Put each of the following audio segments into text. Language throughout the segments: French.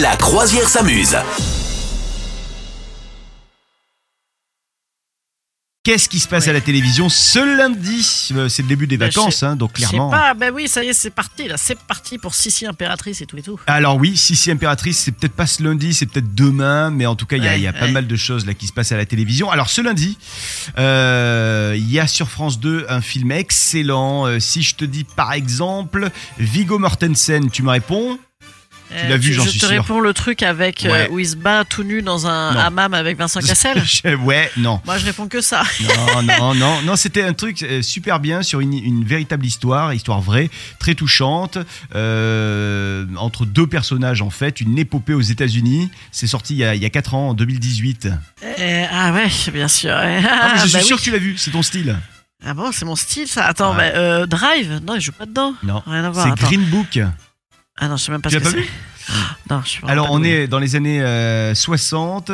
La croisière s'amuse. Qu'est-ce qui se passe Oui. à la télévision ce lundi Euh, C'est le début des Ben, vacances, hein, donc Je sais clairement. pas, ben oui, ça y est, c'est parti, là, c'est parti pour Sissi Impératrice et tout et tout. Alors oui, Sissi Impératrice, c'est peut-être pas ce lundi, c'est peut-être demain, mais en tout cas, il y a- Ouais, il y a, pas ouais. mal de choses là qui se passent à la télévision. Alors ce lundi, euh, il y a sur France 2 un film excellent. Euh, si je te dis par exemple Vigo Mortensen, tu me réponds Euh, l'as vu, j'en je suis te sûr. réponds le truc avec euh, Ouais. où il se bat tout nu dans un Non. hammam avec Vincent Cassel. Je- Ouais, non. Moi, je réponds que ça. Non, non, non, non, c'était un truc euh, super bien sur une, une véritable histoire, histoire vraie, très touchante, euh, entre deux personnages en fait, une épopée aux États-Unis. C'est sorti il y, a, il y a 4 ans, en 2018. Euh, ah ouais, bien sûr. ouais. Ah, Ah, mais je suis bah sûr oui. que tu l'as vu, c'est ton style. Ah bon, c'est mon style, ça. Attends, Ouais. bah, euh, Drive Non, il joue pas dedans. Non. Rien à voir. C'est attends. Green Book. Ah non, je sais même pas Tu ce l'as que pas vu c'est. Ah, Non, je suis vraiment Alors pas on doué. est dans les années euh, 60.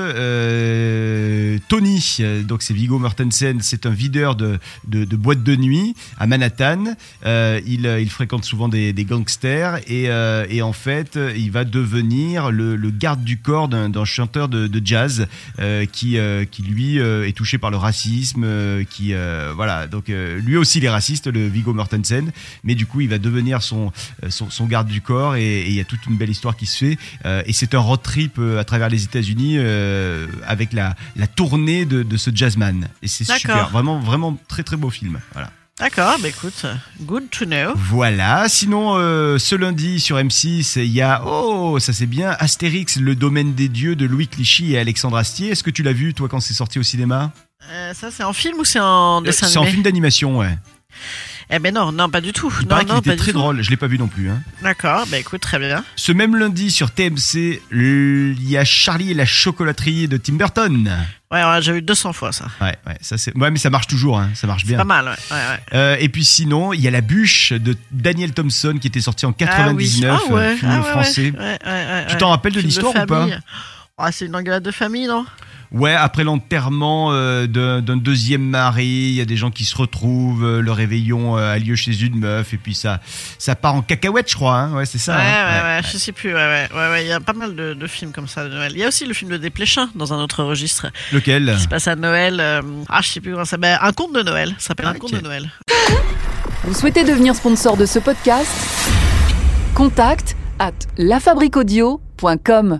euh, Tony, euh, donc c'est Vigo Mortensen, c'est un videur de, de, de boîtes de nuit à Manhattan. Euh, il, euh, il fréquente souvent des, des gangsters et, euh, et en fait euh, il va devenir le, le garde du corps d'un d'un chanteur de, de jazz euh, qui, euh, qui lui euh, est touché par le racisme. euh, qui euh, voilà donc euh, lui aussi il est raciste, le Vigo Mortensen. Mais du coup il va devenir son, euh, son, son garde du corps et et il y a toute une belle histoire qui se fait. Euh, et c'est un road trip euh, à travers les États-Unis euh, avec la, la tournée de, de ce jazzman. Et c'est D'accord. super, vraiment, vraiment très très beau film. Voilà. D'accord, bah écoute, good to know. Voilà. Sinon, euh, ce lundi sur M6, il y a oh ça c'est bien Astérix, le domaine des dieux de Louis Clichy et Alexandre Astier. Est-ce que tu l'as vu toi quand c'est sorti au cinéma Euh, ça, c'est en film ou c'est en dessin Euh, C'est en animé film d'animation, ouais. Eh ben non, non, pas du tout. Il non, paraît qu'il non, était pas très du tout. drôle. Je l'ai pas vu non plus. Hein. D'accord, bah écoute, très bien. Ce même lundi sur TMC, il y a Charlie et la chocolaterie de Tim Burton. Ouais, ouais, j'ai eu 200 fois ça. Ouais, ouais, ça c'est. Ouais, mais ça marche toujours, hein, ça marche C'est bien. pas mal, ouais. ouais, ouais. Euh, et puis sinon, il y a La Bûche de Daniel Thompson qui était sorti en 99, ah oui. Ah ouais, euh, film ah ouais, français. ouais, ouais, ouais, Tu ouais. t'en rappelles de Film l'histoire ou pas famille. Ah, C'est une engueulade de famille, non Ouais, après l'enterrement euh, d'un d'un deuxième mari, il y a des gens qui se retrouvent, euh, le réveillon euh, a lieu chez une meuf, et puis ça, ça part en cacahuète, je crois. hein. Ouais, c'est ça. ouais, hein. ouais, ouais, je sais plus. Ouais, ouais, ouais, ouais, il y a pas mal de, de films comme ça de Noël. Il y a aussi le film de Desplechin dans un autre registre Lequel qui se passe à Noël. euh, ah, je sais plus comment ça s'appelle. Un conte de Noël. Ça s'appelle Ah, Un conte ok. de Noël. Vous souhaitez devenir sponsor de ce podcast Contact à lafabriquaudio.com.